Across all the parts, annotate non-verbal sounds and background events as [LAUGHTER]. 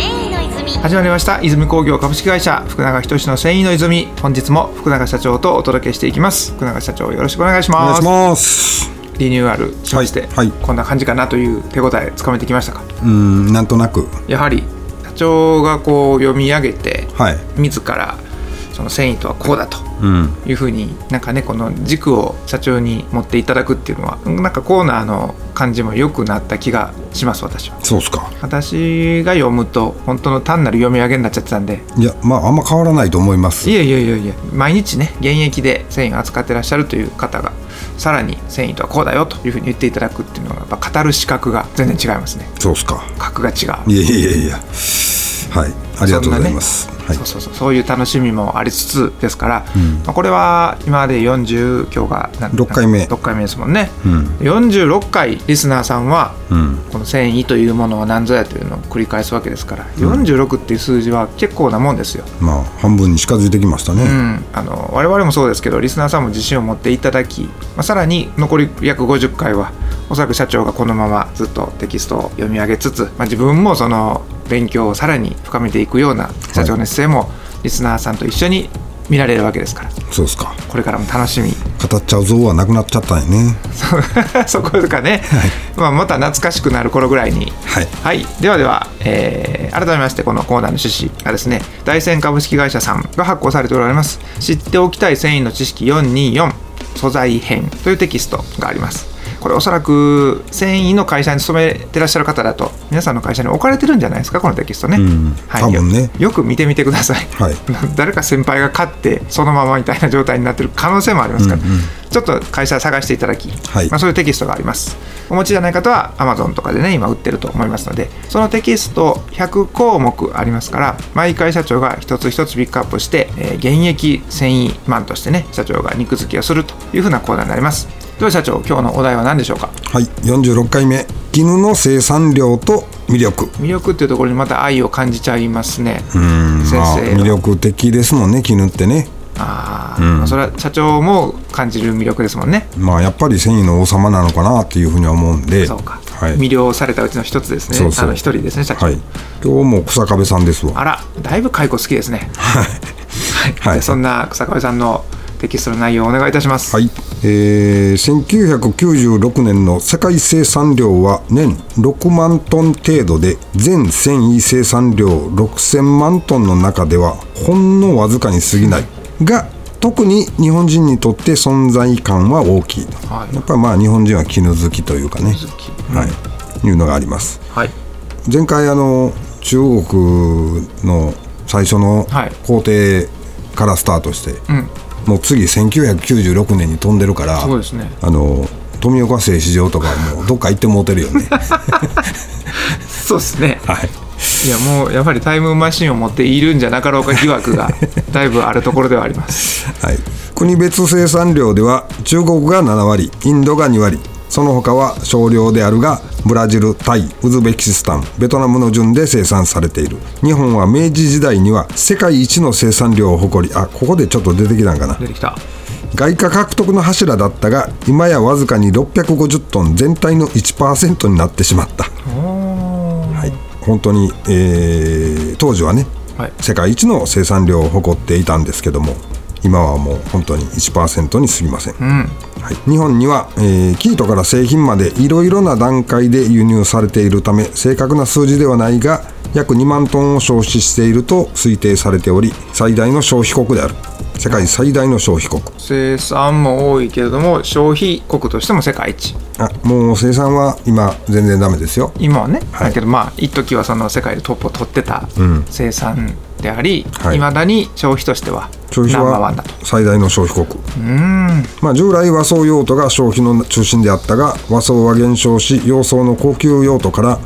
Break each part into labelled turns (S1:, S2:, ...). S1: 泉
S2: 始まりました泉工業株式会社福永仁の繊維の泉本日も福永社長とお届けしていきます福永社長よろしくお願いし
S3: お願
S2: ま
S3: い
S2: す
S3: します。
S2: リニューアルしまして、
S3: はいはい
S2: こんな感じかなという手応えつかめてきましたか
S3: うん、なんとなく。
S2: やはり社長がこう読み上げて
S3: はい。
S2: 自らその繊維とはこうだと
S3: うん。
S2: いうふうになんかねこの軸を社長に持っていただくっていうのはなんかコーナーの感じも良くなった気がします私は
S3: そうっすか。
S2: 私が読むと本当の単なる読み上げになっちゃってたんで
S3: いや、まあ、あんま変わらないと思います
S2: い。やいやいやいや毎日ね現役で繊維を扱ってらっしゃるという方がさらに繊維とはこうだよというふうに言っていただくっていうのがやっぱ語る資格が全然違いますね
S3: そうっすか。
S2: 格が違う
S3: いやいやいやいや。はい。ありがとうございます。はい
S2: そう。そうそうそういう楽しみもありつつですから、まあこれは今まで40今日がなん
S3: 六回目
S2: 6回目ですもんね、
S3: うん。
S2: 46回リスナーさんは
S3: うん。
S2: この繊維というものは何ぞやというのを繰り返すわけですから、46っていう数字は結構なもんですよ。
S3: まあ、半分に近づいてきました
S2: う
S3: ね。
S2: ん、あの我々もそうですけどリスナーさんも自信を持っていただき、まあ、さらに残り約50回はおそらく社長がこのままずっとテキストを読み上げつつ、まあ、自分もその勉強をさらに深めていくような社長の姿勢もリスナーさんと一緒に見られるわけですから
S3: そうっすか。
S2: これからも楽しみ
S3: 語っちゃうぞはなくなっちゃったんやね。
S2: [LAUGHS] そこですかね、まあ、また懐かしくなる頃ぐらいに
S3: はい。
S2: はい、ではでは、えー改めましてこのコーナーの趣旨がですね大仙株式会社さんが発行されておられます知っておきたい繊維の知識424素材編というテキストがありますこれおそらく繊維の会社に勤めてらっしゃる方だと皆さんの会社に置かれてるんじゃないですかこのテキストね、
S3: うん
S2: はい、
S3: 多分ね
S2: よよく見てみてください、
S3: はい
S2: [LAUGHS] 誰か先輩が勝ってそのままみたいな状態になってる可能性もありますから、
S3: うんうん
S2: ちょっと会社探していただき、
S3: はい
S2: まあ、そういうテキストがありますお持ちじゃない方は Amazon とかでね今売ってると思いますのでそのテキスト100項目ありますから毎回社長が一つ一つピックアップして、えー現役繊維マンとしてね社長が肉付きをするというふうなコーナーになりますでは社長今日のお題は何でしょうか
S3: はい。46回目。絹の生産量と魅力。
S2: 魅力っていうところにまた愛を感じちゃいますね
S3: うん。
S2: 先
S3: まあ、
S2: 生
S3: 魅力的ですもんね、絹ってね。
S2: ああ、まあそれは社長も感じる魅力ですもんね
S3: まあ、やっぱり繊維の王様なのかなっていうふうには思うんで。
S2: そうか、
S3: はい。
S2: 魅了されたうちの一つですね
S3: そうそう
S2: あの一人ですね社長、
S3: はい、今日も草壁さんですわ。
S2: あらだいぶ解雇好きですねはい、
S3: はい
S2: じゃあそんな草壁さんのテキストの内容をお願いいたします、
S3: はい、えー1996年の世界生産量は年6万トン程度で全繊維生産量6000万トンの中ではほんのわずかに過ぎないが特に日本人にとって存在感は大きい、
S2: はい
S3: やっぱりまあ日本人は絹好きというかね、はい、いうのがあります
S2: はい
S3: 前回あの中国の最初の
S2: はい
S3: 工程からスタートして、もう次1996年に飛んでるから
S2: そうですね
S3: あの富岡製糸場とかもうどっか行ってもうてる
S2: [LAUGHS]
S3: よね
S2: そうですね
S3: はい
S2: いやもうやはりタイムマシンを持っているんじゃなかろうか疑惑
S3: [LAUGHS]
S2: がだいぶあるところではあります
S3: はい、国別生産量では中国が7割インドが2割その他は少量であるがブラジルタイウズベキスタンベトナムの順で生産されている日本は明治時代には世界一の生産量を誇りあここでちょっと出てきたんかな
S2: 出てきた
S3: 外貨獲得の柱だったが今やわずかに650トン全体の1%になってしまった、はい、本当に、えー当時はね
S2: はい
S3: 世界一の生産量を誇っていたんですけども今はもう本当に1%に過ぎません、はい、日本には、えー生糸から製品までいろいろな段階で輸入されているため正確な数字ではないが約2万トンを消費していると推定されており最大の消費国である世界最大の消費国
S2: 生産も多いけれども消費国としても世界一
S3: あもう生産は今全然ダメですよ
S2: 今はね、
S3: はい
S2: だけどまあ一時はその世界でトップを取ってた生産であり、
S3: はい
S2: いまだに消費としては
S3: 消費
S2: ナンバーワンだ
S3: は
S2: と
S3: 最大の消費国まあ、従来和装用途が消費の中心であったが和装は減少し洋装の高級用途から、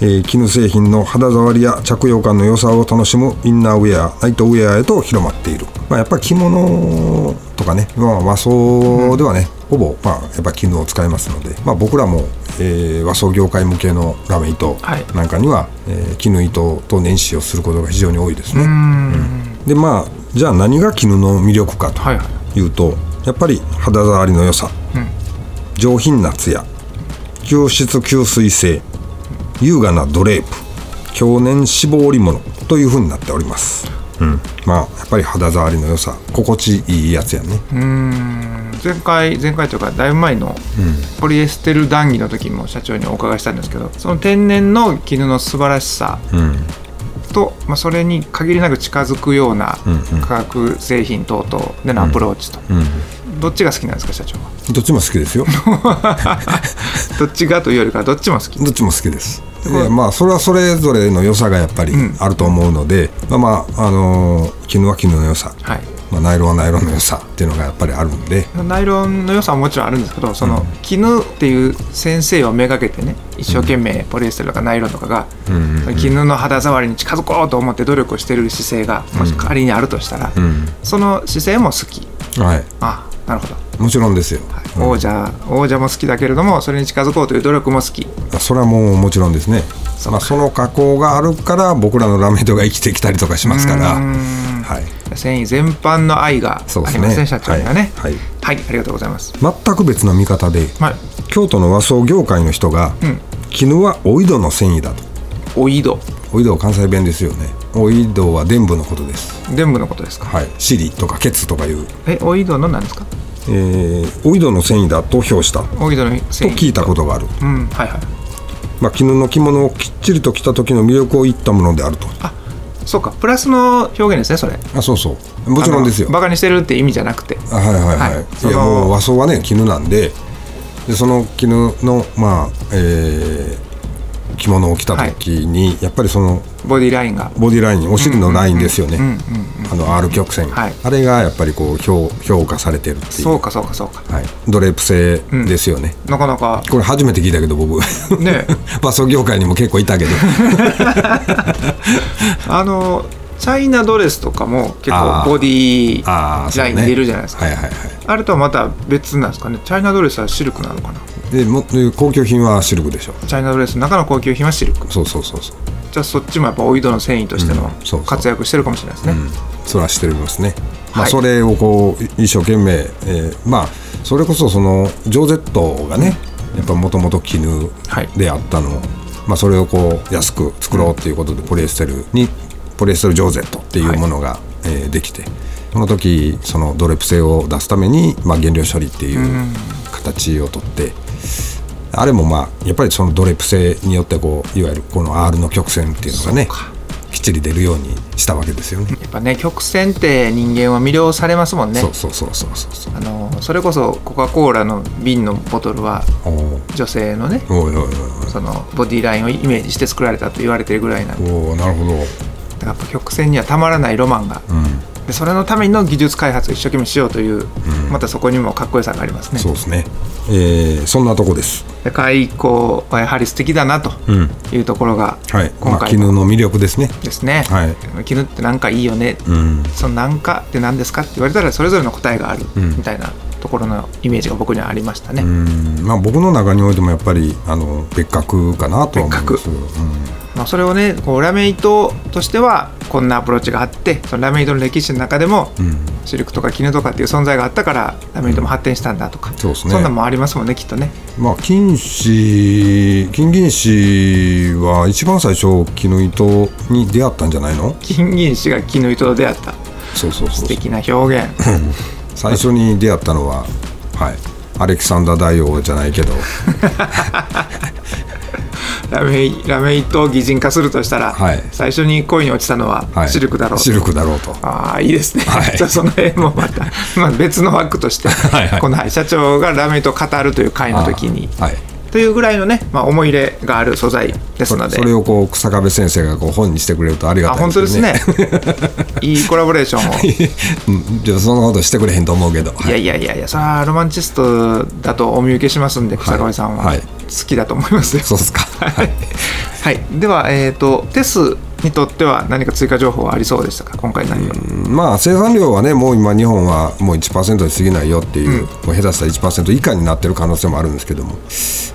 S3: えー絹製品の肌触りや着用感の良さを楽しむインナーウェアナイトウェアへと広まっている、まあ、やっぱり着物とかね、まあ、和装ではね、ほぼ、まあ、やっぱ絹を使いますので、まあ、僕らも、えー和装業界向けのラメ糸
S2: はい
S3: なんかには、えー絹糸と年始をすることが非常に多いですね。うんでまあじゃあ何が絹の魅力かと
S2: はいは
S3: いうと、やっぱり肌触りの良さ、上品な艶吸湿吸水性優雅なドレープ強年絞織物というふうになっておりますうん、まあやっぱり肌触りの良さ心地いいやつやね、
S2: うん前回前回というかだいぶ前のポリエステル談義の時も社長にお伺いしたんですけどその天然の絹の素晴らしさ
S3: うん、
S2: と、まあ、それに限りなく近づくような
S3: うんうん
S2: 化学製品等々でのアプローチと、
S3: う
S2: どっちが好きなんですか社長
S3: [LAUGHS]
S2: は
S3: ん、どっちも好きですよ
S2: どっちがというよりかはどっちも好き
S3: どっちも好きですでまあそれはそれぞれの良さがやっぱりあると思うので、まあまああのー絹は絹の良さ、
S2: はい
S3: まあ、ナイロンはナイロンの良さっていうのがやっぱりあるんで
S2: ナイロンの良さももちろんあるんですけどその絹っていう先生をめがけてね一生懸命ポリエステルとかナイロンとかが、
S3: ん
S2: その絹の肌触りに近づこうと思って努力をしている姿勢がもし仮にあるとしたら、
S3: うん
S2: その姿勢も好き
S3: はい
S2: あなるほど、
S3: もちろんですよ、
S2: はい王者王者も好きだけれどもそれに近づこうという努力も好き
S3: あそれはもうもちろんですね
S2: そうか
S3: まあ、その加工があるから僕らのラメイドが生きてきたりとかしますか
S2: う
S3: ら
S2: ーん
S3: はい
S2: 繊維全般の愛があ
S3: そうで
S2: り
S3: す
S2: ますね
S3: ね
S2: 社長にはね
S3: はい
S2: はい、ありがとうございます
S3: 全く別の見方で
S2: はい
S3: 京都の和装業界の人が、
S2: ん
S3: 絹はお井戸の繊維だと
S2: お井戸
S3: お井戸は関西弁ですよねお井戸は伝部のことです
S2: 全部のことですか
S3: はい尻とかケツとかいう、
S2: えお井戸の何ですか
S3: えーお井戸の繊維だと評したと
S2: お井戸の繊維
S3: 聞いたことがある、
S2: うんはいはい
S3: まあ、絹の着物をきっちりと着た時の魅力を言ったものであると
S2: あそうかプラスの表現ですねそれ
S3: あそうそうもちろんですよ
S2: バカにしてるって意味じゃなくて
S3: あはいはいはい、
S2: はい
S3: い、
S2: その
S3: やもう和装はね絹なんででその絹のまあえー着物を着た時に、やっぱりその
S2: ボディラインが
S3: ボディラインお尻のラインですよね、
S2: うんうん
S3: あの R 曲線、
S2: はい
S3: あれがやっぱりこう評評価されてるっていう
S2: そうかそうかそうか
S3: はい、ドレープ製ですよね、
S2: なかなか
S3: これ初めて聞いたけど僕 [LAUGHS]
S2: ねえ
S3: 和装業界にも結構
S2: [LAUGHS]
S3: いたけど
S2: あのチャイナドレスとかも結
S3: あ
S2: 構
S3: ー
S2: ボディ
S3: ああそう
S2: ライ
S3: ね
S2: ン出るじゃないですか
S3: はいはいは
S2: あれとはまた別なんですかねチャイナドレスはシルクなのかない
S3: でもで高級品はシルクでしょ
S2: チャイナドレスの中の高級品はシルク
S3: そうそうそうそう、
S2: じゃあそっちもやっぱお井戸の繊維としての
S3: うんそうそう
S2: 活躍してるかもしれないですね、
S3: うん、それはしてるますね、ま
S2: は
S3: あ、
S2: い
S3: それをこうい一生懸命、えーまあそれこそそのジョゼットがねやっぱもともと絹
S2: はい
S3: であったのを、まあ、それをこう安く作ろうっていうことでポリエステルにポリエステルジョーゼットっていうものが、えーできてその時そのドレプ性を出すために、まあ、原料処理っていう形をとって、あれもまあやっぱりそのドレプ性によってこういわゆるこの R の曲線っていうのがねきっちり出るようにしたわけですよね。
S2: やっぱね曲線って人間は魅了されますもんね
S3: そうそうそうそうそうそう
S2: あのそれこそコカ・コーラの瓶のボトルは
S3: おー
S2: 女性のね
S3: おいおいおい
S2: そのボディラインをイメージして作られたと言われてるぐらいなんで
S3: おいおーなるほど、
S2: だからやっぱ曲線にはたまらないロマンが、
S3: う
S2: でそれのための技術開発を一生懸命しようという、またそこにもかっこよさがありますね
S3: そうですね、えー、そんなとこです
S2: で開口はやはり素敵だなと
S3: うん
S2: いうところが
S3: はい、ま
S2: 今
S3: あ、
S2: 回
S3: 絹
S2: の
S3: の魅力ですね
S2: ですね、
S3: はい
S2: 絹ってなんかいいよね、
S3: うん
S2: そのなんかって何ですかって言われたらそれぞれの答えがあるみたいなところのイメージが僕にはありましたね、
S3: うんまあ僕の中においてもやっぱりあの別格かなとは思うんですけど、
S2: まあ、それをねこうラメ糸としてはこんなアプローチがあってそのラメ糸の歴史の中でも、
S3: うんうん、
S2: シルクとか絹とかっていう存在があったからラメ糸も発展したんだとか、
S3: そうですね
S2: んなんもありますもんねきっとね
S3: まあ金糸金銀糸は一番最初絹糸に出会ったんじゃないの
S2: 金銀糸が絹糸と出会った
S3: そうそうそう
S2: 素
S3: そう
S2: 敵な表現
S3: [LAUGHS] 最初に出会ったのは、はい、アレキサンダー大王じゃないけど
S2: ラメラメ糸を擬人化するとしたら、
S3: はい
S2: 最初に恋に落ちたのは
S3: はい、
S2: シルクだろうと、
S3: シルクだろうと。
S2: ああいいですね、
S3: はい
S2: [LAUGHS] じゃあその辺もま
S3: [LAUGHS]
S2: た、まあ、別の枠として
S3: はいはい
S2: このはい社長がラメ糸を語るという回の時に
S3: はい、
S2: というぐらいのね、まあ、思い入れがある素材ですので
S3: それをこう草壁先生がこう本にしてくれるとありが
S2: あ
S3: たい
S2: 本当ですね
S3: [LAUGHS]
S2: いいコラボレーションを
S3: ですね。 [LAUGHS] うんじゃあそんなことしてくれへんと思うけど。
S2: い
S3: は
S2: や
S3: い、
S2: いやいやいや、それはロマンチストだとお見受けしますんで、草壁さんは
S3: はい
S2: 好きだと思いますよ。
S3: そうですか。はい。
S2: [LAUGHS] はい、では、えっ、と、テスにとっては何か追加情報はありそうでしたか、今回何を。、
S3: まあ生産量はねもう今日本はもう1%に過ぎないよっていう、もう下手したら1%以下になってる可能性もあるんですけども、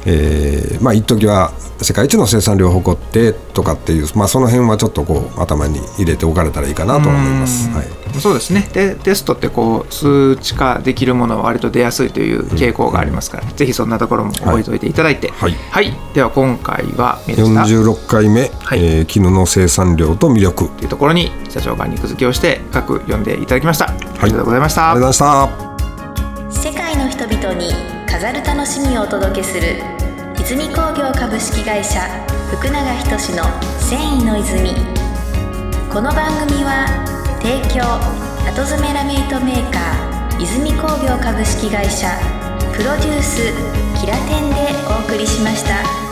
S3: えーまあ一時は世界一の生産量を誇ってとかっていう、まあ、その辺はちょっとこう頭に入れておかれたらいいかなと思います。はい
S2: そうですねでテストってこう数値化できるものは割と出やすいという傾向がありますから、うん、ぜひそんなところも覚えておいていただいて、はい、はい、はい、では今回は
S3: 46回目、はいえー、絹の生産量と魅力」
S2: というところに社長が肉付きをして各読んでいただきました、はい、ありがとうございました
S3: ありがとうございました
S1: 世界の人々に飾る楽しみをお届けする泉工業株式会社福永仁の「繊維の泉」この番組は提供後詰めラメイトメーカー泉工業株式会社プロデュースキラテンでお送りしました。